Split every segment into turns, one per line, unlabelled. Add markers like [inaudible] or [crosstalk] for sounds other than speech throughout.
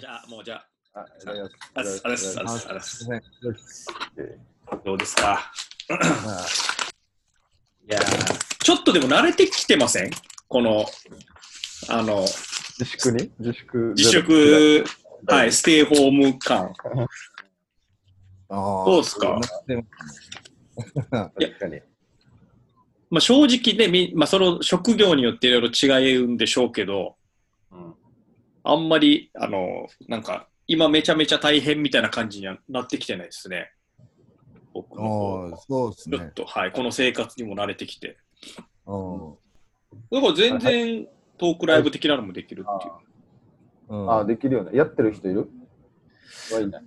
じゃあ、もうじゃあ、
ありがとう
あ
ご
ら
ざい
す、あ
ま
ら
す
す、あらす、あらす。
すいません
どうですか
まあ
いやーちょっとでも慣れてきてませんこの、あの、
自粛に自粛。
自粛、はい、ステイホーム感。
ああ。
どうっすか
でも確かに。
まあ、正直ね、みまあ、その職業によっていろいろ違うんでしょうけど、
うん
あんまり、あの、なんか、今めちゃめちゃ大変みたいな感じにはなってきてないですね。僕の方
ああ、そうです
ちょっ
ね。
と、はい、この生活にも慣れてきて。
うん
だから全然トークライブ的なのもできるっていう。
うん
ああ、できるよね。やってる人いるはいない。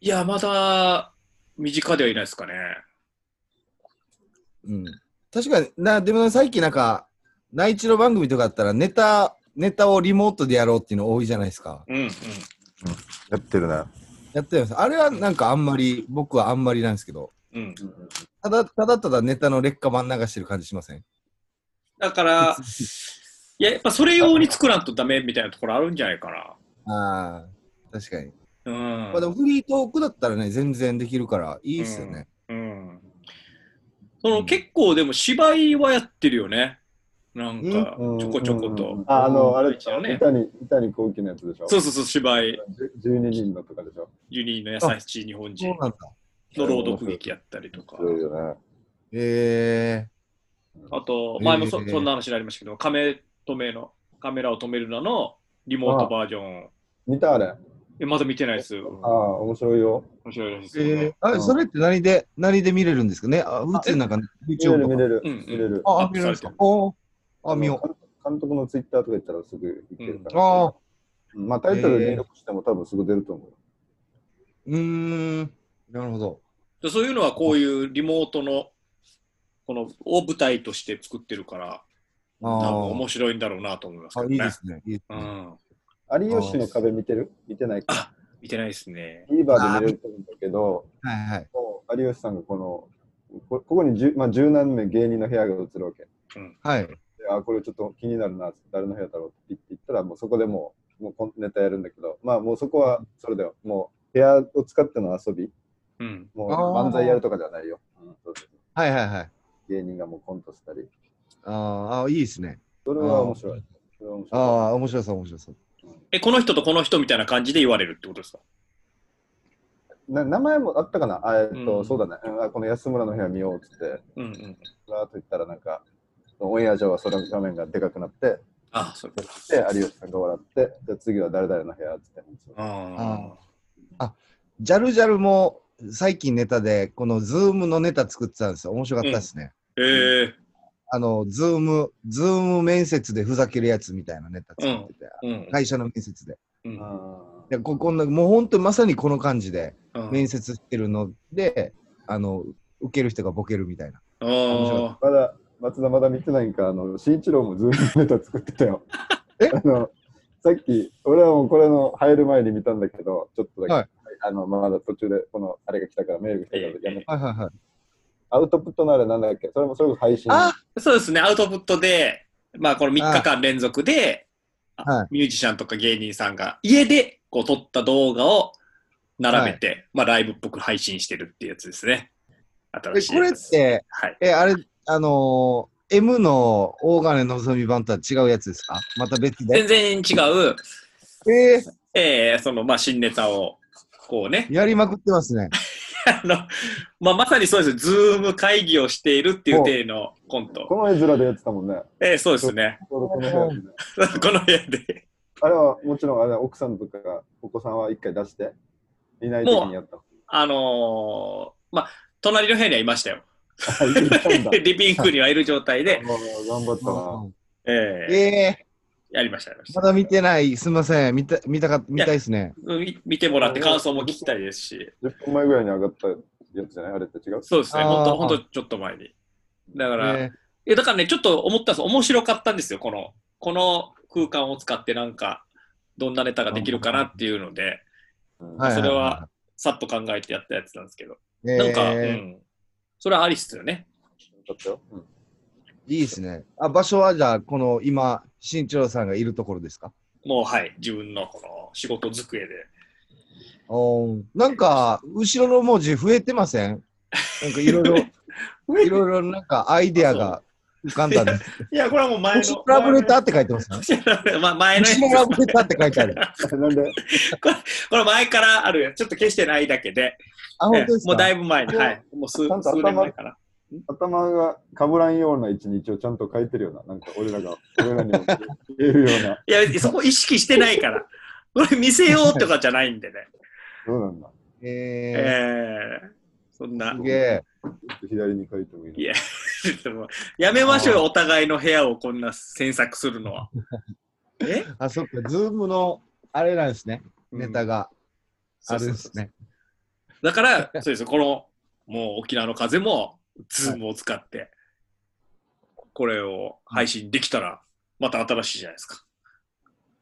いや、まだ身近ではいないですかね。
うん確かにな、でもさっきなんか、内地の番組とかだったら、ネタ、ネタをリモートでやろうっていうの多いじゃないですか。
うんうん。
やってるな。
やってます。あれはなんかあんまり、僕はあんまりなんですけど、
うん、
ただただただネタの劣化版流してる感じしません
だから、 [laughs] いや、やっぱそれ用に作らんとダメみたいなところあるんじゃないか
ああ、確かに。
な。うん。
まあでもフリートークだったらね、全然できるから、いいっすよね。
うんその、結構でも芝居はやってるよね。なんか
うん
ちょこちょこ
うん
と。
あ、あの、あれでし
一
ょ、
応ね
ね、板に、板に高貴のやつでしょ。
そううそうそう、芝居、
12人のとかでしょ。
ユニーの優しい日本
そう
人
なんだ。
の朗読劇やったりとか。
そうよね。
え
あと、前もそ,、
へー
そんな話ありましたけど、亀止めの、カメラを止めるなのリモートバージョン。
見たあれ。あ
えまだ見てないです。面
あ、面白いよ。
白いらしいで
ー、
すよね
えー、あ、それって何で、何で見れるんですかねあ、普通なんか
見れ
YouTube
る、
と
見
か。
れる。
うんうん
見れる。
あ、見れるんですかおーあ、見よう。
う。監督のツイッターとか言ったらすぐ行けるから。
ああ、
うんまあ、タイトル入力しても多分すぐ出ると思うよ。
うーん、なるほど。
でそういうのはこういうリモートの、この、を舞台として作ってるから、多分
あ
面白いんだろうなと思いますけ
あ、
ど
いい
ね。
ですね。いいです
う
ね
ん。
有吉の壁見てる見てないか。
見てないですね。
TVer で見れると思うんだけど、
はいはい。
もう有吉さんがこの、こここに十、まあ、十何名芸人の部屋が映るわけ。
はい。
であこれちょっと気になるな誰の部屋だろうって言って言ったらもうそこでもうもうこんネタやるんだけどまあもうそこはそれだよもう部屋を使っての遊び
うん。
もう
あー
漫才やるとかじゃないよ、うんそうです
はいはいはい。
芸人がもうコントしたり
あーあー、いいですね。
それは面白いそれは面
あ
白い
あ、面白そう、面白そう。
え、この人とこの人みたいな感じで言われるってことですか
な名前もあったかなあえっと、
うん
そうだね、うんあこの安村の部屋見ようっつって
うんうん。
ふらーっと言ったらなんかオンエア上はその画面がでかくなって
あそういうことか。
で有吉さんが笑ってで次は誰々の部屋っつって
あ
ジャルジャルも最近ネタで、このズームのネタ作ってたんですよ。面白かったですね。
ーええ
あの、ズーム、ズーム面接でふざけるやつみたいなネタ作ってて、
うん。
会社の面接で。
うん
あ
でここんな、もう本当にまさにこの感じで、
うん
面接してるので、あの、受ける人がボケるみたいな。
あ
白
ー
まだ、松田まだ見てないんか、あの、新一郎もずっとネタ作ってたよ。
え
あの、さっき、俺はもうこれの入る前に見たんだけど、ちょっとだけ、
はい
あの、まだ途中で、この、あれが来たから、メールが来たからやめて、
はいはいはい。
アウトプットのあれなんだっけ、それもそれこそ配信。
あ
そうですね、アウトプットで、まあ、この3日間連続で、あ
はい
ミュージシャンとか芸人さんが家でこう撮った動画を並べて、まあ、ライブっぽく配信してるっていうやつですね。新
え、
しい
これ
や
っ
つ。
て、
はい。
え、あれ、あのー M の大金のぞみ版とは違うやつですかまた別で。
全然違う、
え
えー、その、まあ、新ネタを、こうね
ー、、やりまくってますね。
あの、まあ、まさにそうです。ズーム会議をしているっていう体のコン
こ
ト。
の絵面でやってたもんね。
えー、そうですね。 [laughs]
ちょうどこの部屋でね
この部屋で。
あれは、もちろん、あれは奥さんとか、お子さんは一回出して、いない時にやった。
[laughs]
あのーまあ、隣の部屋にはいましたよ。
あ、いたんだ。
[laughs] リビングにはいる状態で、
もう頑張ったな。
えー
え
やりました、やりまし
ー、ま
た。
だ見てない。すみません。見た、見たか、見たいですね。
み見てもらって感想も聞きたいですし、
10分前ぐらいに上がったやつじゃないあれって違う
そうですね、
あー
本当本当ちょっと前に。だから、
え
えだからね、ちょっと思ったんです面白かったんですよ、この、この空間を使ってなんか、どんなネタができるかなっていうので、
ー
うん
はい
そ
い
れ
い
はさっと考えてやったやつなんですけど、
い
なんか、う
え
ん、それはありっすよね。
よかったよ。うん
ーいいですね。あ、場所はじゃあ、この今、新一郎さんがいるところですか
もうはい、自分のこの仕事机で。
おーなんか、後ろの文字増えてませんなんかい
[laughs]
ろいろ、いろいろなんかアイデアが浮かんだんです。
いや、これはもう前の。
星プラブレターって書いてますね。
[laughs] ま前のやつ
星プラブレターって書いてある。 [laughs]
なんで、
これ前からあるやつ。ちょっと消してないだけで。
あ、本当ですか
もうだいぶ前に。はい。もう数
ちゃんと
数
頭
年前から。
頭がかぶらんような位置に一応ちゃんと書いてるような、なんか俺ら
[laughs]
が、俺らにも言えるような、
いや、別にそこ意識してないから。これ見せようとかじゃないんでね。
そうなんだ。
え
えー、そんな
ー、す。げえ。
左に書いてもいいの
いや [laughs] でもやめましょうよ、お互いの部屋をこんな詮索するの
[laughs]
は。え
あ、そっか、ズームの、あれなんですね。ネタがあるんですね。
だから、そうですよ、この、もう沖縄の風も、ズームを使って、これを配信できたら、また新しいじゃないですか。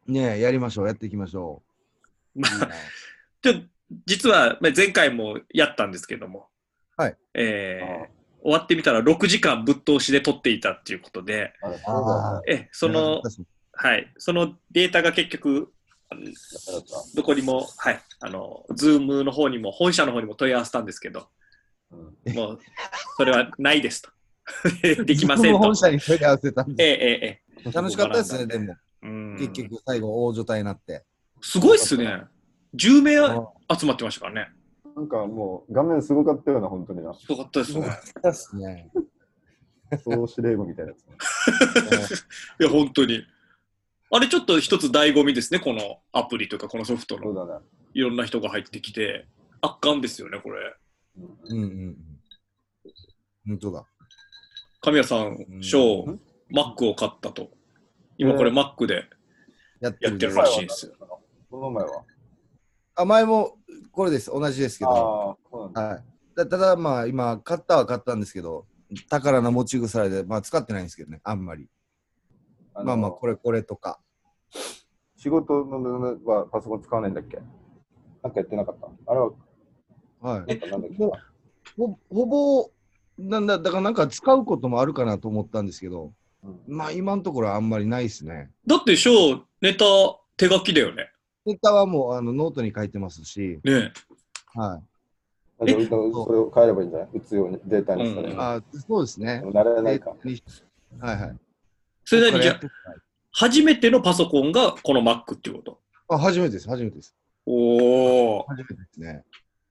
ねえ、やりましょう。やっていきましょ
ま
う。
あ、 [laughs] ちょ実は、まあ前回もやったんですけども、
はい。
えー
ああ
終わってみたら6時間ぶっ通しで撮っていたっていうことで、
あれ、そうだ
ええその、はい、そのデータが結局、
よかっ
どこにも、はい、あの、ズームの方にも、本社の方にも問い合わせたんですけど、
た。うん
もう、それはないですと。 [laughs] できま
ズ
せ
ー
ん
ム
と
本。社に問い合わせたん
え
で
えええ
す。楽しかったですね、
うん
でも。
ええ。うん
結局、最後、大所帯になって。
すごいっすね。10名
うん
集まってましたからね。
なんかもう画面すごかったような、本当にな。
すごかったですね。
そうですね。
総司令部みたいなやつね。
いや、本当に。あれ、ちょっと一つ醍醐味ですね、このアプリというか、このソフト
そう
の。
だね。
いろんな人が入ってきて、圧巻ですよね、これ。
うん
うんうんうん。本当だ。
神谷さん、ショ
う
ー
ん、
Mac を買ったと。今これ
え
Mac で。
やってるんで
やってる
す
らしいですよ
この前は。
あ、前もこれです。同じですけ
ああ
ど。、
そうなんだ。
はい。だただ、まあ、今、買ったは買ったんですけど、宝の持ち腐れで、まあ、使ってないんですけどね、あんまり。
の
まあまあ、これこれとか。
仕事の部分はパソコン使わないんだっけなんかやってなかった。あれは、
は。
ないんかなんだっけ
もうほほぼ、なんだ、だからなんか使うこともあるかなと思ったんですけど、
うん
まあ、今のところあんまりないですね。
だって、ショー、ネタ、手書きだよね。
ネタはもうあのノートに書いてますし、
ねえ
は
なんかそれを変えればいいんじゃない打つようにデータにしたら
う
いい
ん
い。
の。
あそうですね。
でも慣れない
デー
か
タ。にはいはい。
それなりにじゃ
これやって
初めてのパソコンがこの Mac っていうこと。
あ、初めてです、初めてです。
おお、
初めてですね。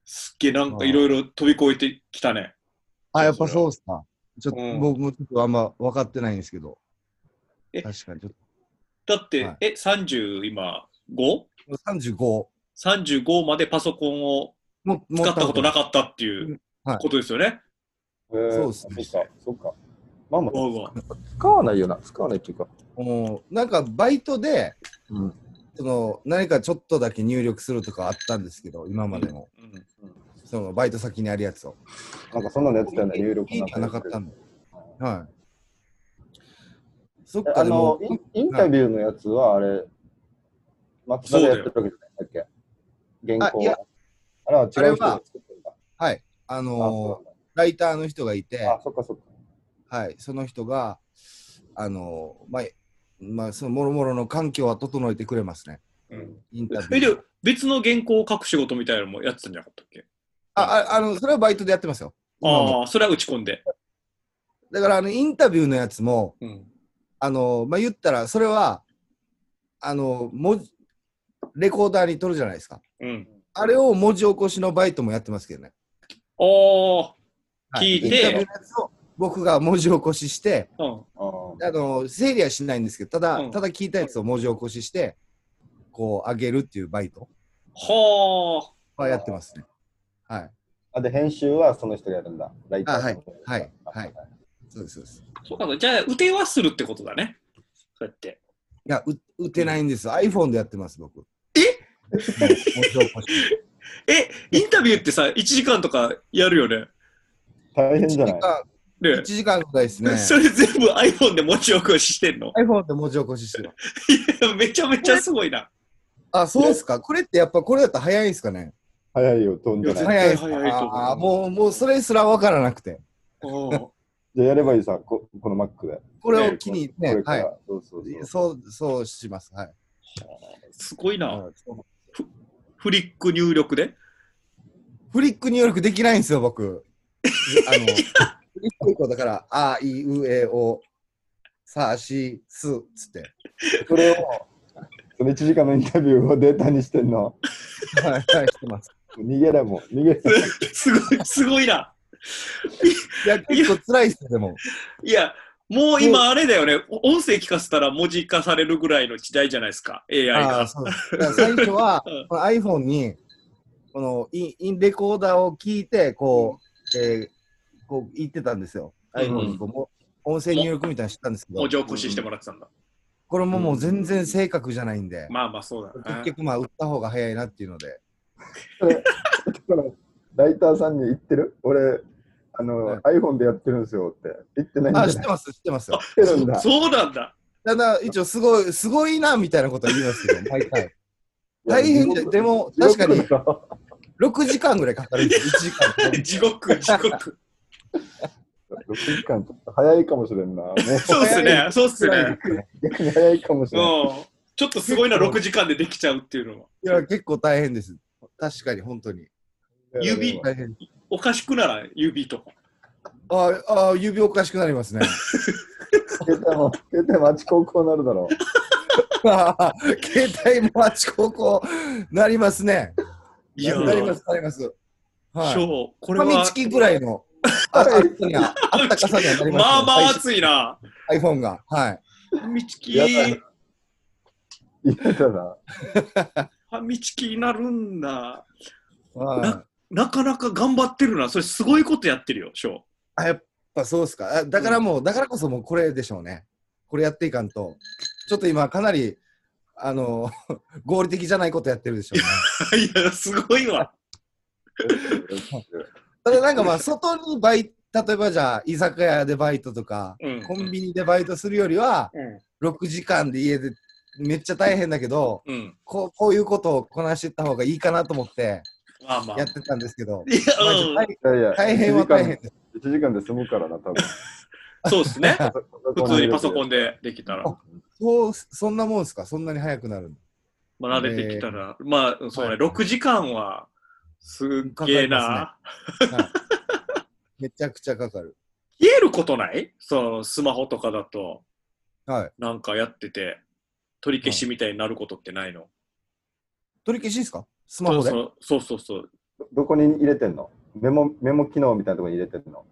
すっげえなんかいろいろ飛び越えてきたね。
あ、やっぱそうっすか。ちょっと、
うん
僕もちょっとあんま分かってないんですけど。
え
確かに、ちょっ
だって、
はい
え、30今 5?35
と、35。
までパソコンを
も持
使ったことな
っ
かったっていう
はい
ことですよね。
へー
そうっすね
そっか、そっか。まあまあ、
わうわ
使わないよな。使わないっていうか。
た。もう、なんかバイトで、
うん。
その、何かちょっとだけ入力するとかあったんですけど、今までも。
うん
その、バイト先にあるやつを。
なんかそんなのやってたよね、入力
いい
ん
がなかったんで。はい。そっ
え
か、
あ
で
の
も、
インインタビューのやつはあれ、松田でやってるわけじゃないんだっけ原
あい
稿
や
は。あれは違う人
あれ
が
は
作ってるんだ。
はい。あ
あ
の
そ
ライターの人がいうて
なんだ、あ、そっかそっか。
はい、その人が、あのまあ、まあ、そのもろもろの環境は整えてくれますね。
うん
インタ
え
ビ
で
ュー。
別の原稿を書く仕事みたいなのもやってたんじゃなかったっけ
あ、ああの、それはバイトでやってますよ。今も
ああ、それは打ち込んで。
だから、あの、インタビューのやつも、
うん、
あのまあ、言ったら、それは、あの、文字、レコーダーに撮るじゃないですか。
うん。
あれを文字起こしのバイトもやってますけどね。
おー、
はい、
聞い
インタ
て
ビューのやつを僕が文字起こしして、
うん、
あー
あの、整理はしないんですけど、ただ、
うん
ただ聞いたやつを文字起こしして、こう、上げるっていうバイト
は
はやってますね。はい。
あで、編集はその人がやるんだ。ライター
あはいはい
あ
はいそうです、そうです。
あ、そうか、じゃあ、打てはするってことだね。そうやって。
いや、う打てないんです。iPhone でやってます、僕。え
え、インタビューってさ、1時間とかやるよね。
大変じゃない
?1
ね
時間ぐらいです
[laughs]
ね。
それ全部 iPhone で持ち起こししてんの [laughs]
iPhone で文字起こししてる。
いやめちゃめちゃすごいな。
あ、そうっすか。これってやっぱこれだと早いんすかね。
早いよ、飛んで
絶
な
対
い。
早いっす
早いと思う
あーもう、もうそれすらわからなくて。
お
じゃあやればいいさ、ここの Mac で。
これを機に
こ
ね
れ、か
はい
ら。そうそうそう。
そう、そうします。はい。
すごいな。
はい
フリック入力で [laughs]
フリック入力できないんですよ、僕。あの、フリック以降だから、あ、い、う、え、お、さあ、し、す、つって。
それを、その1時間のインタビューをデータにしてんの。
はい、はい、してます。
もう逃げれもう逃げれ。
すごい、すごいな。
いや、結構辛いっすよ、でも。
いや、もう今あれだよね。音声聞かせたら文字化されるぐらいの時代じゃないですか。AI
あ
が
あ。そうだから最初は
うん、
この iPhone に、このインインレコーダーを聞いて、こう、えー、こう言ってたんですよ。
うん
iPhone にこうも音声入力みたいなのしてたんですけど
文、字を駆使してもらってたんだ。
これももう全然正確じゃないんで、
まあまあそうだな
結。局まあ、売った方が早いなっていうので。
それだからライターさんに言ってる俺、あの、
はい
iPhone でやってるんですよって。言ってないん
あ、
だ
知ってます、知ってます。
知ってるんだ。
そうなんだ。
ただ、一応、すごい、すごいな、みたいなことは言いますけど、毎回。大変じゃ、でも、確かに、6時間ぐらいかかるんですよ、1時間。
地獄、地獄。
6時間ちょっと早いかもしれんな。もう
そうっすね、そうっす [laughs] ね。
逆に早いかもし
うん
れん。。
ちょっとすごいな、6時間でできちゃうっていうのは。
いや、結構大変です。確かに、本当に。
指
大変。
おかしくなら指とか。
ああ、指おかしくなりますね。 [laughs]
携帯も、携帯もあちこちになるだろう。
あー携帯もあちこちこうなりますね。
いや
なりま
ー、
す、なります。はい。
そう、こ
フ
れ
ァミ
は
チ。キぐらいの、ああったには、あったかさにはなります、ね。
まあまあ熱いな。
最初 iPhone が。はい。
ファミチキ、
や
フ
言って
[laughs]
たな。
ァミチキになるんだ。
はい
なかなか頑張ってるな。それすごいことやってるよ、ショー。 [laughs]
あやっぱそうですかあだからもう、だからこそもうこれでしょうねこれやっていかんとちょっと今かなりあの [laughs] 合理的じゃないことやってるでしょうね
いや、すごいわ。
ただなんかまあ外にバイ例えばじゃあ居酒屋でバイトとか
うん。
コンビニでバイトするよりは
うん
6時間で家でめっちゃ大変だけど
うん。
こうこういうことをこなしていった方がいいかなと思って
まあまあ。
やってたんですけど、
い
まあ
や、うん
大
いやいや、
大変は大変です
1時間。1時間で済むからな、
[laughs]
多分。
そうですね。普通にパソコ
ン。
ンでできたら。
そうそんなもんですかそんなに早くなるの
まあ、慣れてきたら、まあ、そう
は
ね、
い
6時間は、すっげえな。
めちゃくちゃかかる
消えることないそのスマホとかだと、
はい
なんかやってて、取り消しみたいになることってないの、
取り消しですかスマホで
そうそうそうそう。
どこに入れてんのメモ、メモ機能みたいなところに入れてんの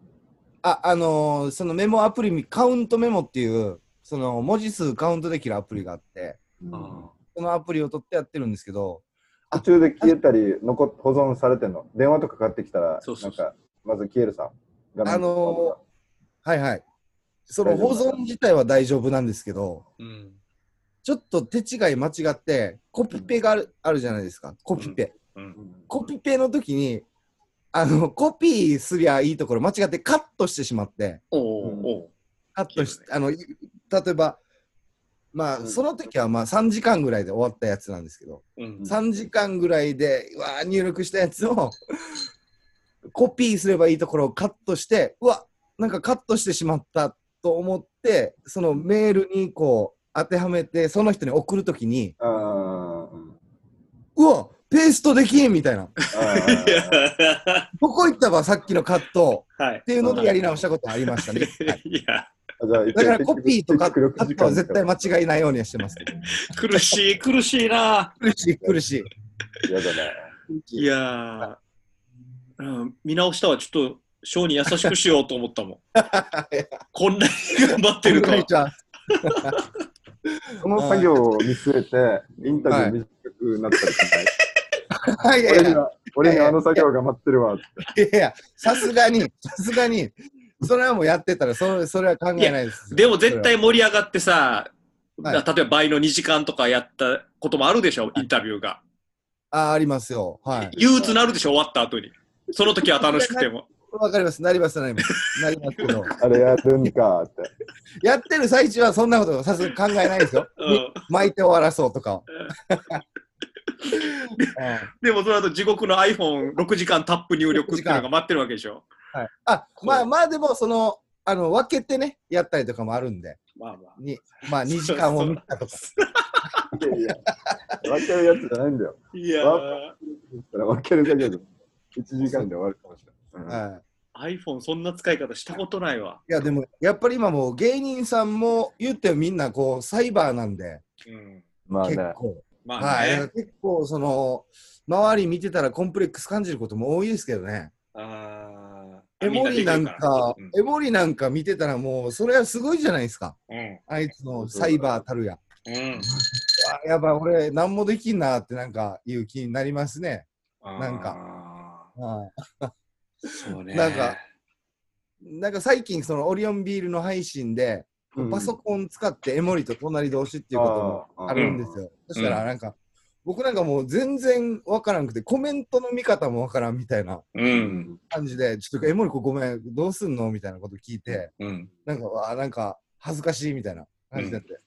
あ、あのーそのメモアプリ、カウントメモっていう、その文字数カウントできるアプリがあって、
あ
そのアプリを取ってやってるんですけど、
途中で消えたり、残っ保存されてんの電話とかかかってきたら、
そうそ
な
うんそう
か、まず消えるさ。画面
あのはいはい。その
大丈
保
夫
存自体は大丈夫なんですけど、
ーうん。
ちょっと手違い間違って、コピペがあるあるじゃないですか。コピペ。
うん。
コピペの時に、あの、コピーすりゃいいところ間違ってカットしてしまって、
お
う
お
ん
おう
カットし、あの、い例えば、まあ、
うん
その時はまあ3時間ぐらいで終わったやつなんですけど、
うん。
3時間ぐらいでうわー入力したやつ
[laughs]
をコピーすればいいところをカットしてうわなんかカットしてしまったと思ってそのメールにこう当てはめてその人に送るときに
あーうん
うわペーストできんみたいな [laughs]
あ
いや
ー、
どこ行ったわさっきのカット
はい。っ
っていうのでやり直したことありました [laughs] ね、はい
いや、
じゃあ一応
だからコピーとか
結局
カ
6時
ット
間
は絶対間違いないようにはしてます
苦しい、苦しいな。
苦しい苦しい
嫌だな。
いやー、うん、見直したわ。ちょっと、ショーに優しくしようと思ったもん。こんなに頑張ってるとは。
じゃあ
この作業を見据えて、インタビュー短くなったりしない。
はいいやい
俺
や
には、俺にはあの作業が待ってるわって。
いやいや、さすがに、さすがに、それはもうやってたら、それそれは考えないです。
でも絶対盛り上がってさ、
はい
例えば倍の2時間とかやったこともあるでしょ、インタビューが。
あ、ありますよ。はい。
憂鬱なるでしょ、終わった後に。その時は楽しくても。
わかります。なります、なります。なりますけど、
あれやるんかって。
やってる最中はそんなことさすがに考えないですよ。
うん、
巻いて終わらそうと [laughs] か。うん
でもその後地獄の iPhone6 時間タップ入力っていうのが待ってるわけでしょ。
はい、あ、まあまあ、でも、その、あの、分けてね、やったりとかもあるんで、
まあま [laughs]
にまあ、2時間を見たとか。
いや分けるやつじゃないんだよ。
いやー
わだから分けるだけで1時間で終わるかもしれない。
うん
はい
iPhone そんな使い方したことないわ。
いやでもやっぱり今もう芸人さんも言ってみんなこうサイバーなんで
うん。
まあ
結
ね、
構、
まあ
はい
ね。
結構その周り見てたらコンプレックス感じることも多いですけどね
あー
エモリなんか
みで
エ
きる
モリなんか見てたらもうそれはすごいじゃないですか
らうん。
あいつのサイバーたるや
うん。
あやばい俺何もできんなってなんかいう気になりますね
うん
なんか
か。
はい
そうね。
なんか、なんか最近そのオリオンビールの配信で
うん
パソコン使ってエモリと隣同士っていうこともあるんですよ。そしたらなんか、僕なんかもう全然わからんくてコメントの見方もわからんみたいな
う。
うんん。
感じで「ちょっとエモリこごめんどうすんの?」みたいなこと聞いて
うん。
なんかわあなんか恥ずかしいみたいな感じになって、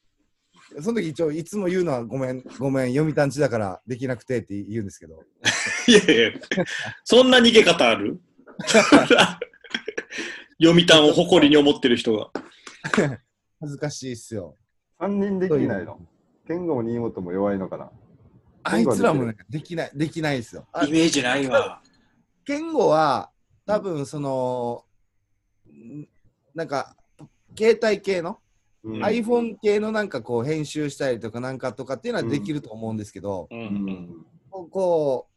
その時一応いつも言うのは「ごめんごめん読谷地だからできなくて」って言うんですけど
いやいや、そんな逃げ方ある [laughs] 読谷を誇りに思ってる人が。
恥ずかしいっすよ。
3人できないの。健吾も新本も弱いのかな。
あいつらもねできないできないっすよ。あ
メージないわ。
言語は多分その、んなんか携帯系の、
うん
iPhone 系のなんかこう編集したりとかなんかとかっていうのはできると思うんですけど、
う。
うんん
こうこ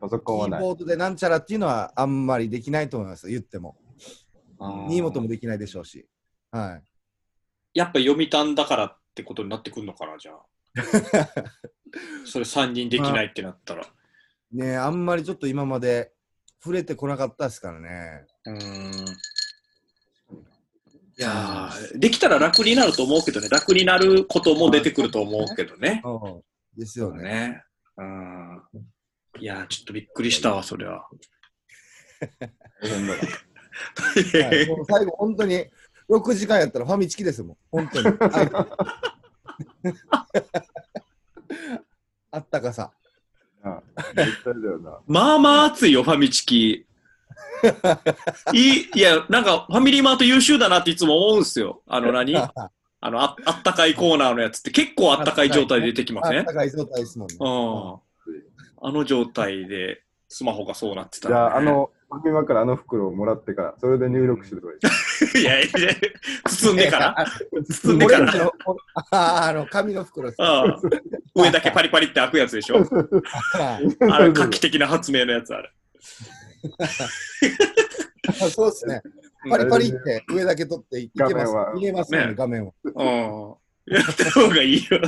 パソ
うキ
コンは
ー
ない。
ボードでなんちゃらっていうのはあんまりできないと思いますよ言っても
あー
新本もできないでしょうしはい
やっぱ読谷だからってことになってくるのかな、じゃあ。
[laughs]
それ3人できないってなったら。
ねえあんまりちょっと今まで触れてこなかったですからね
うーん。いやーできたら楽になると思うけどね、楽になることも出てくると思うけどね。
うんですよね
ね。うん。いやーちょっとびっくりしたわ、それは。
大変だな
はいもう最後本当に6時間やったらファミチキですよもん本当にあったかさ
あ絶対だよ [laughs] な。
まあまあ熱いよ、ファミチキ。いいいや、なんかファミリーマート優秀だなっていつも思うんすよ。あの何、あのあ、あったかいコーナーのやつって結構あったかい状態で出てきま
あ
せ
っ
ん
たかい状態ですもんね
うんあの状態でスマホがそうなってた
じ
らね、
ゃあ、あの、ファミマからあの袋をもらってから、それで入力してればいい。
[laughs] いやいや、包んでから。包んで
俺
からら。
のああの紙の袋です
ああ上だけパリパリって開くやつでしょ。
はい
[laughs]
あれ、画期的な発明のやつあれ。
そうですねパリパリって上だけ取っていけます
画面は
見れますよね
ね
画面を
うん。やった方がいいよ。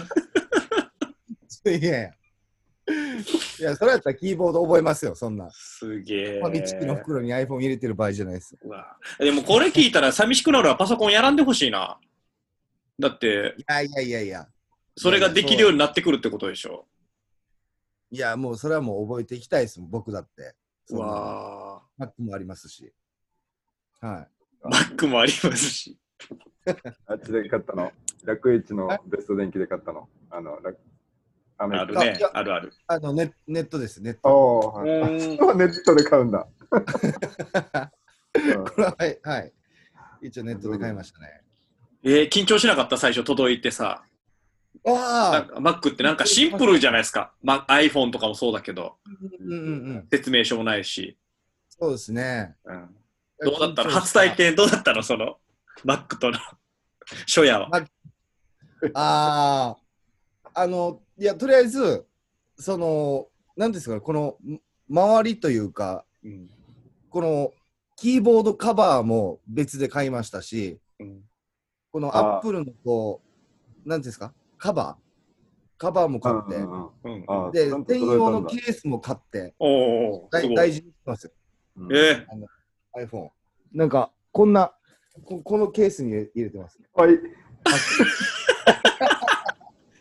いやいやいやそれやったらキーボード覚えますよそんな
すげえ。
ファミチキの袋に iPhone 入れてる場合じゃないです
うわでもこれ聞いたら寂しくなるわ。パソコンやらんでほしいな。だって、
いやいやいやいや
それができるようになってくるってことでしょ。
いや、もうそれはもう覚えていきたいですもん、僕だって。
うわあ。
マックもありますし。は
マ [laughs] ックもありますし。
あっちで買ったの。楽市のベスト電気で買ったの。あの、楽アメ
あ
リ
る
カ。
ね。あるある。
い。あのネ、ネットです、ネッ
あ
ト。
あ、はいあネットで買う
[laughs]
んだ。うん
これは、はい、はい。一応ネットで買いましたね。
えー緊張しなかった最初届いてさ。なん
ああ
か Mac ってなんかシンプルじゃないですか。ま、iPhone とかもそうだけど、
うんうんうん。
説明書もないし。
そうですね。
うんどうだったの初体
体験
験どうだったのその、Mac との初夜は。
ああ。あの、いや、とりあえず、その、なんですかね、この、ん周りというか、
うん
この、キーボードカバーも別で買いましたし、
うん
この
あー
アップルのこう、なんていうんですか、カバーカバーも買って、
うんうんうん
うん
あ
で、
ちゃんと
専
届い
用
た
の
んだ
ケースも買って、
おー、す
大
ご
大事に
い。
してますよ、
うん
え
iPhone。なんか、こんな、ここのケースに入れてます。
はい。ね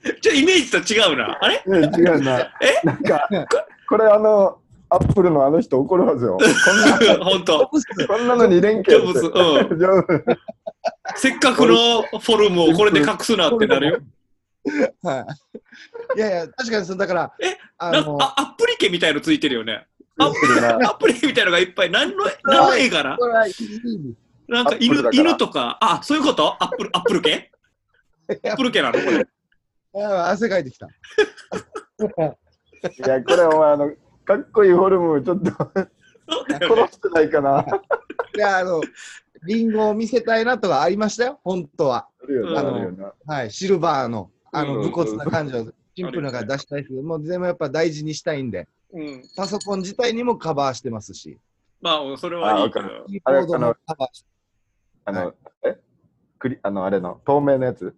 ー、じゃイメージと違うな。あれ [laughs]
違うな。えなんか、これあの、アップルのあの人怒るはずよ。こ
うんほんと。
んな、こんなの2
[laughs]
連
成
携って
仏。うん。
丈夫
せっかくのフォルムをこれで隠すなってなるよ。
はい。いやいや、確かにその、だから、
え
あ
なん
の、
かあアップリケみたいのついてるよね。アッ
アップルな。
アプリケみたいのがいっぱい。何の、何の絵かな
これはいい意味
なんか
アップル
犬
だから
犬とか、あ、そういうことアップル、アップル系アップル系なのこれ。
あー汗かいてきた。
いや、これお前、あの、かっこいいフォルム、ちょっと
そうだよね
殺してないかな。
いや、あの、リンゴを見せたいなとかありましたよ、本当は。
あるよな、あるよな。
はい、シルバーの、あ
うん
の、
うんう
武
ん
骨な感じをシンプルな感じで出したいですけど、もう全部やっぱ大事にしたいんで、
うん。
パソコン自体にもカバーしてますし、
まあ、それはいいけ
あわ
ど。
キーボードもカバーして
あの、えクリあの、あれの、透明のやつ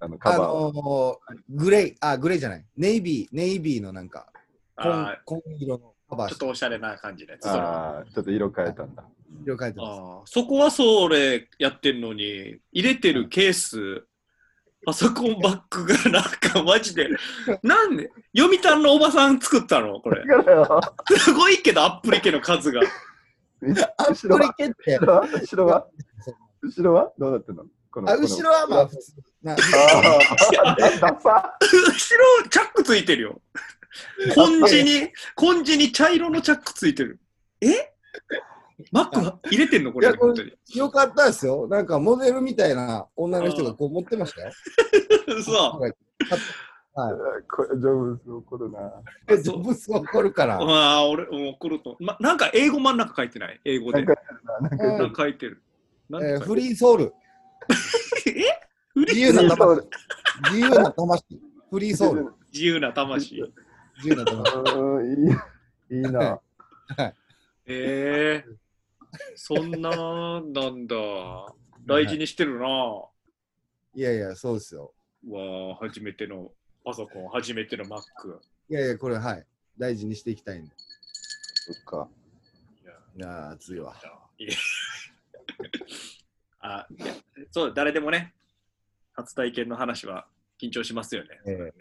あの、カ
あ
バー。
のーグレイ、あ、グレイじゃない、ネイビー、ネイビーのなんか、紺
あ
紺色のカ
ー
バーし
ちょっ
て
とおしゃれな感じのやつ。それあ
ああ、ちょっと色変えたんだ。
色変えてます。
ーそこはそれやってんのに、入れてるケース、パソコンバッグがなんかマジで、なんで、読谷のおばさん作ったのこれ。
だからよ、
すごいけど、アップリケの数が。
後
こ
ろ
れ
は、
蹴って
後、ろは、後ろは、後ろはどうなってんのこの
あ
この
後ろはまあ普通な。
あーダサ
後ろ、チャックついてるよ。根治に、根治に茶色のチャックついてる。えマックは入れてんのこれ、
いやこれ
本当に。
よかったですよ。なんかモデルみたいな女の人がこう持ってましたよ。
そう。
これ、ジョブズ怒るな。
え、ジョブズ怒る
[laughs]
から。
まあ、俺、もう来ると。ま、なんか英語真ん中書いてない英語
な
で
ん。かなんか、
なんか書いてる。なん
えー
か書
フ
いてる
リーソウル。
[laughs] え
自由な
そう
魂。自由な魂。フリーソウル。
自由な魂。
自由な魂。
うんいい、いい
[laughs]
な。
ええそんな、なんだ。大事にしてるな。わ
いやいや、そうですよ。
あ、初めてのパソコン、初めての Mac。
いやいや、これはい。大事にしていきたいんで。
そっか。
いや
いやー、熱いわ。
いやあいやそう誰でもね、初体験の話は緊張しますよね。
ええ
それね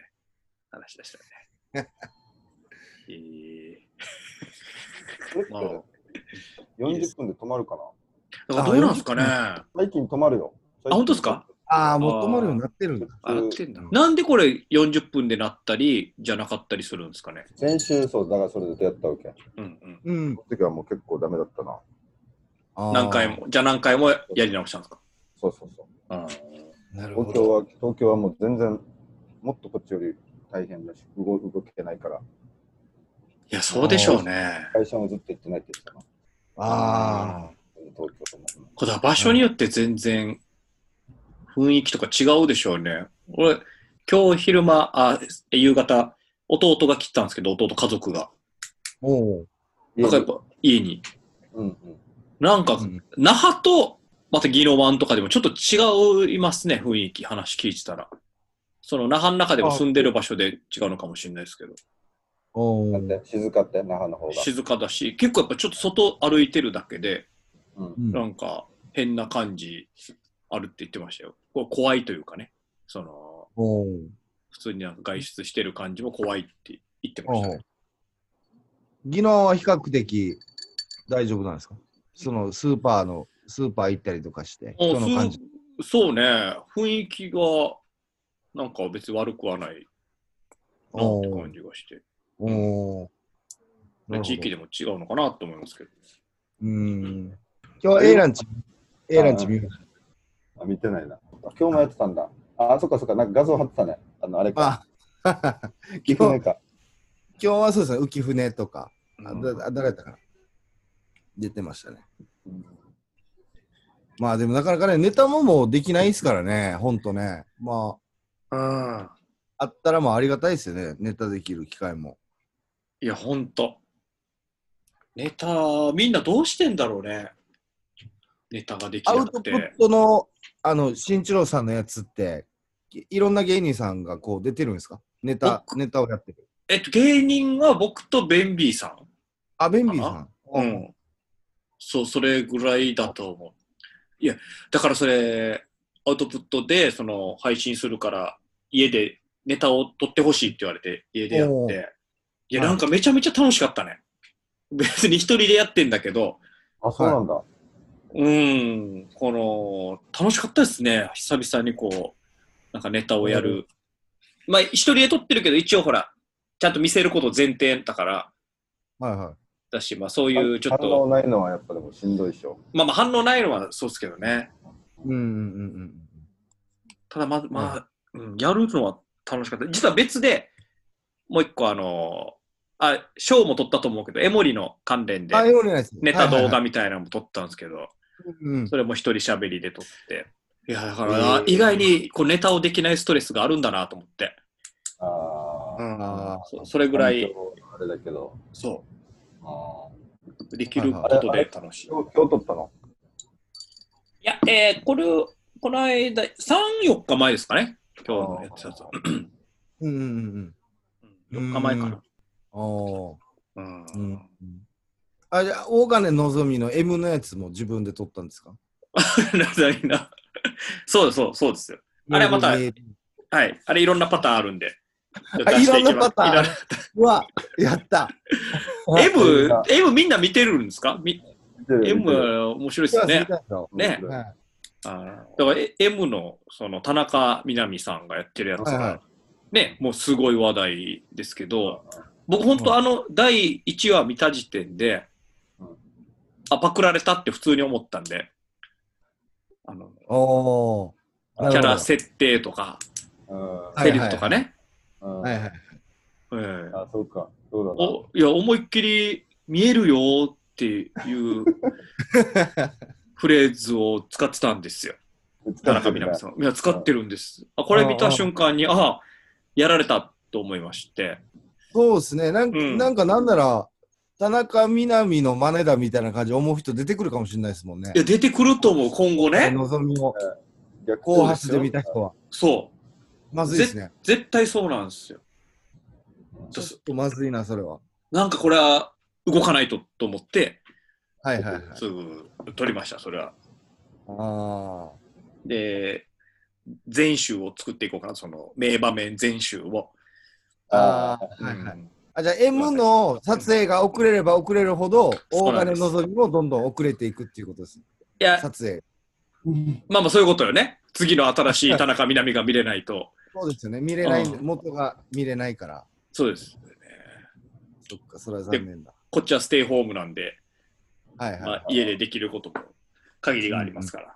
話でした
[laughs]
よね。えまあ
40分で止まるかな
ー、だからどうなんですかね。あ、
最近止まるよ。あ
本当ですか
ああ、もう止まるようになってるんだ。
あやってんだ
うん
なんでこれ40分でなったりじゃなかったりするんですかね。
先週、そう、だからそれで出会ったわけ。
うんうん、
うん。
その時はもう結構ダメだったな。
あー
何回。も、じゃあ何回もやり直したんですか。
そうそうそう。
あ
なるほ
東京
ど。
は、東京はもう全然、もっとこっちより大変だし、動動けてないから、
いや、そうでしょうね。
会社もずっと行ってないって言ってたな。
ああ。
東京とも。
これだ場所によって全然雰囲気とか違うでしょうね。俺、今日昼間、あ、夕方、弟が来たんですけど、弟家族が。
おう。
なんかやっぱ家に。
うんうん。
なんか、
うん
那覇と、また宜野湾とかでもちょっと違いますね、雰囲気、話聞いてたら。その那覇の中でも住んでる場所で違うのかもしれないですけど、
お
な
う。
んて、静かって、那覇の方が。
静かだし、結構やっぱちょっと外歩いてるだけで、
うん
う。ん
なんか変な感じあるって言ってましたよ。こう怖いというかね、その、
おう。
普通になんか外出してる感じも怖いって言ってましたね。
技能は比較的大丈夫なんですかそのスーパーの、スーパー行ったりとかして、
あ
人の感じ。
そうそうね、雰囲気がなんか別に悪くはないなっ
お
て
ー
感じがして、
おーなるほど
地域でも違うのかなと思いますけど。
うーん。今日は A ランチ、A ランチ見ました。
あ、見てないな。あ今日もやってたんだ。あ、あそっかそっか、なんか画像貼ってたね。あの、あれか。
あ [laughs] 今
聞
日
くね
今
か。
日はそうですね、浮舟とか、あ
うん
だあ誰だったかな出てましたね。まあでもなかなかね、ネタももうできないですからね、 [laughs] ほんとね。ま
うん
あ、あったらもうありがたいですよね、ネタできる機会も。
いや、ほんと。ネタ、みんなどうしてんだろうね。ネタができ
ア
な
ウ
く
トプ
て。
ットの、あの、新一郎さんのやつって、いいろんな芸人さんがこう出てるんですかネタ、
僕
ネタをやってる。
えっと、芸人は僕とベンビーさ
あ、ベンビーさ。
ん。うんん。そう、それぐらいだと思う。いや、だからそれ、アウトプットで、その、配信するから、家でネタを撮ってほしいって言われて、家でやっ
お
て。いや、
はい
なんかめちゃめちゃ楽しかったね。別に一人でやってんだけど、
あ、そうなんだ。
うん、この、楽しかったですね。久々にこう、なんかネタをやる。まあ、一人で撮ってるけど、一応ほら、ちゃんと見せること前提だから、
はいはい。
だし、まあ、そういうちょっ
反
と、
応ないのはやっぱでもしんどいでしょ。
まあまあ反応ないのはそうですけどね。
うんうんうんうん。
ただま、まあ、うん、やるのは楽しかった。実は別で、もう一個あのーあ、賞も取ったと思うけど、エモリの関連で、
あ、ようないです。
ネタ動
はいは
画みたいなのも撮ったんですけど、
いはいうん。
それも一人喋りで撮って。いや、だから、
えー
意外にこうネタをできないストレスがあるんだなと思って。
ああ。
あ
そそれぐらい、
あれだけど。
そ
あ
う、できることで楽しい。
今日、今日撮ったの
いや、えーこれ、この間、3、4日前ですかね。今日のやつだと。
ーうんうんうん
うん4日前かな。
うん。お
う
ー
ん [laughs]
うん。あ、じゃあ、大金のぞみの M のやつも自分で撮ったんですか
なななそうそう、そうですよ。あれまた
メール
はい。あれいろんなパターンあるんで。
[laughs] あ
出して
い
いきます
ろんなパターン [laughs]
いろんな
うわ、やった。
エム、エムみんな見てるんですかみエム
も
面白いですよね。ね
うん
はい
あのだからエエムのその田中みな実さんがやってるやつが、
はいは
ね、もうすごい話題ですけど、僕本当あの第1話見た時点で
うん、
あ、パクられたって普通に思ったんで、あの、
おー。
キャラ設定とか、
うん
はい
セリフとかね。
うん
はいはい。
うん
あ、そうか。そうだな。
おいや思いっきり見えるよーっ
[laughs]
ていうフレーズを使ってたんですよ、田中みな実さん。いや、使ってるんです。あこれ見た瞬間に、ああ、やられたと思いまして、
そうですね。なんか、
うん
なんかなんなら、田中みな実の真似だみたいな感じで思う人出てくるかもしれないですもんね
い。や、出てくると思う、今後ね。
望みを
逆
後発で見た人は。
そ
まずいですね
う。、絶対そうなんですよ。
ちょっとまずいな、それは。
なんかこれは動かないとと思って、
はいはいはい。
すぐ撮りました、それは。
あ
で、全集を作っていこうかな、その名場面全集を。
あ。ああ、はいはい。あじゃあ M の撮影が遅れれば遅れるほど、
そ
大
うなん
金
です
のぞみもどんどん遅れていくっていうことです。
いや、
撮影。
まあまあそういうことよね。次の新しい田中みな実が見れないと。
そうですよね。見れないんで、
う
元が見れないから。
そうです。
そっか、それは残念だ。
こっちはステイホームなんで、
はいはい。
まあ、家でできることも限りがありますから。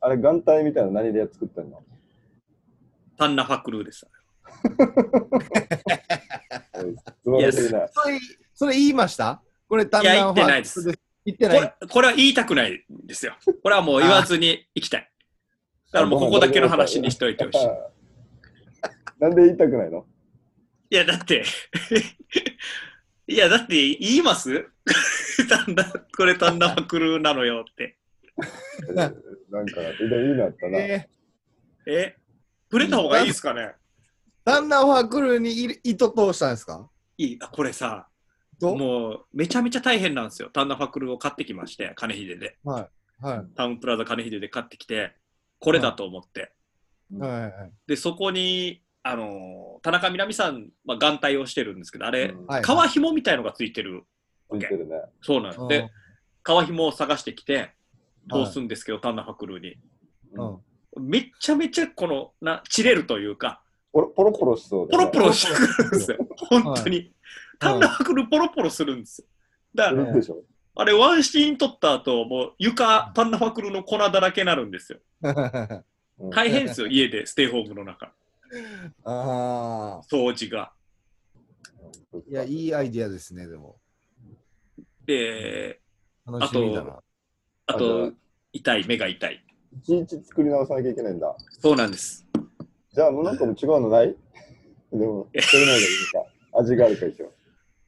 あれ、眼帯みたいなの何で作ってんの
パンナファクルーです。
すごい的な。
それ、それ言いましたこれ、単
いや言ってないです
言って
こ
ない
れ。これは言いたくないんですよ。これはもう言わずに行きたい。だからもうここだけの話にしといてほしい。
[laughs] なんで言いたくないの
いや、だって、 [laughs] いや、だって言います [laughs] タンナこれタンナファクルーなのよって。
なんか、いいなったな。
え
え触れた方がいいですかね
ー、旦那は来るにい糸通したんですか
いい。あこれさ、
と
もうめちゃめちゃ大変なんですよ。タンナファクルを買ってきまして、金秀で。
はい。は
タウンプラザ金秀で買ってきて、これだと思って。
い。はいはい。
で、そこに、あのー田中みな実さん、まあ、眼帯をしてるんですけど、あれ、
はい
革紐みたいのがついてる。
ついてるね。
そうなんです。で、革紐を探してきて、通すんですけど、タンナファクルに。
うん。うん
めっちゃめちゃ、この、な、散れるというか、
ポロポロポロしそう
ポ
だ
ロ
ね。
ポロしてくるんですよ。本当に。タンナファクルポロポロするんですよ。だから、
するでしょ。
あれ、ワンシーン撮った後、もう床、パンナファクルの粉だらけになるんですよ。
あ
うん
大変 [laughs] ですよ、家で、ステイホームの中、
[laughs] あ
掃除が。
ー。いや、いいアイディアですね、でも。
で、
楽しみだな。
あ
あ
と
の、
痛い、目が痛い。
いちいち作り直さなきゃいけないんだ。
そうなんです。
じゃあ、もうなんかもう違うのない [laughs] でも、作れないでいいか。味があるからでしょ。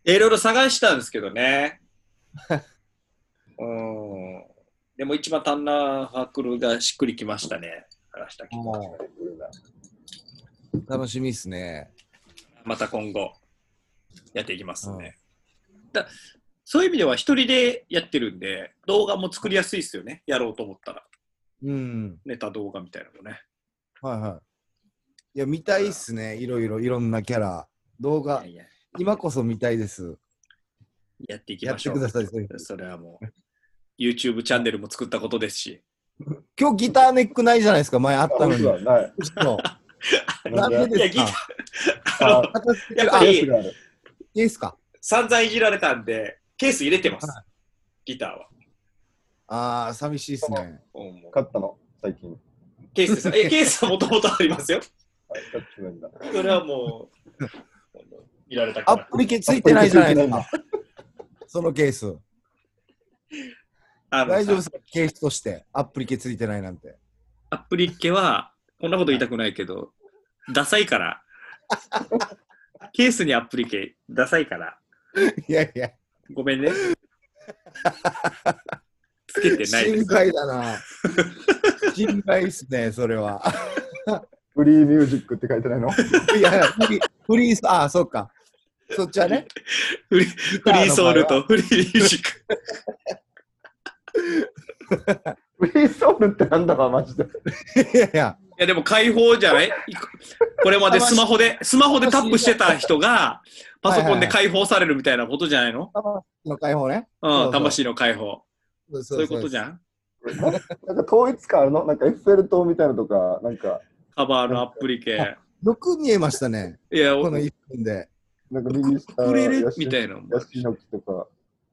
いろいろ探したんですけど [laughs] ね。うん。でも一番タンナファクルがしっくりきましたね。話したけど
もう楽しみっすね。
また今後、やっていきますね。だそういう意味では、一人でやってるんで、動画も作りやすいですよね、やろうと思ったら。
うん。
ネタ動画みたいなのね。
はいはい。いや、見たいっすね。いろいろ、いろんなキャラ。動画
い、やいや
今こそ見たいです。
やっていき
や
ま
っ
してょ
くだ
う。
さい。そういう
それはもう、YouTube チャンネルも作ったことですし、
今日ギターネックないじゃないですか、前あっ
あ、
たの
本
に。
当だ、ない。
そうな
なんん
で
で
です
いや
か
あ、
形してる
やっぱ
あ、い
り
ケースがある。
いですか
散々いじられたんで、ケース入れてます、
は
ギターは。
ああ、寂しいですね。
うんもう
買ったの、最近。
ケースです。え、ケースはもともとありますよ。
だってなんだ
それはもう、見られたく
ア
ない
ッ。プリケついてないじゃないです
[laughs]
か。そのケース。
あのさ
大丈夫ですかケースとして。アップリケついてないなんて。
アップリッケは、こんなこと言いたくないけど、ダサいから。ケースにアップリケ、ダサいから。
いやいや、
ごめんね。つけてない
心
です。
外だな。心外っすね、それは。 [laughs]
フリーミュージックって書いてない [laughs] の
いやいや、フリー、フリース、あ、そっか。そっちはね。
フリ
フ
フリーソウル。とフリーミュージック。
フリーソウルってなんだかマ [laughs] ジで。
いやいや、
いやでも解放じゃないこれまでスマホで、スマホでタップしてた人が、パソコンで解放されるみたいなことじゃないの
の解放ね。
う
そ
ん、
う
魂の解放。
そう
そういうことじゃん
なんか統一感あるのなんかエッフェル塔みたいなのとか、なんか、
カバーのアップリケ。
よく見えましたね。
いや、
こ
お
の
ウ
1分で。
なんか右下、
クレレ
ヤシ
みたいな。
ヤシの木とか、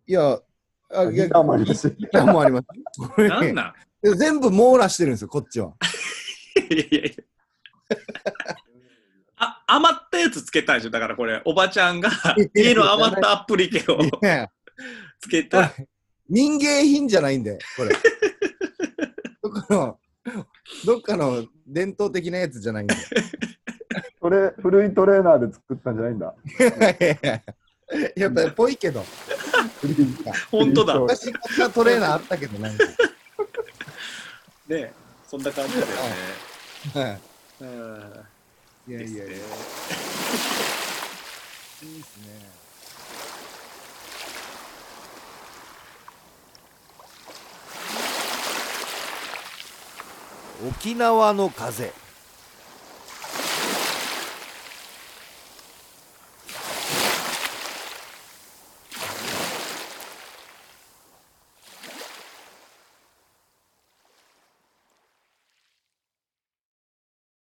いや、あいや
ギターもありますし。
ギターもあります。これ
なんなん
全部網羅してるんですよ、こっちは。
いやいやいや。 [laughs] あ余ったやつつけたんでしょだからこれ、おばちゃん [laughs] が家の余ったアップリケ
[laughs]
を
いや
つけた。
民芸品じゃないんで、こ
[laughs]
れ。どっかの、どっかの伝統的なやつじゃないんで。
[laughs]
それ、古いトレーナーで作ったんじゃないんだ。
いやっぱぽいけど、
フリー
本当だ。
昔こんなトレーナーあったけど、なんか。
ねそんな感じだよね。
は
う
いい
ん
や
で
い
す
やいや、いい
ね
で。すね。
沖縄の風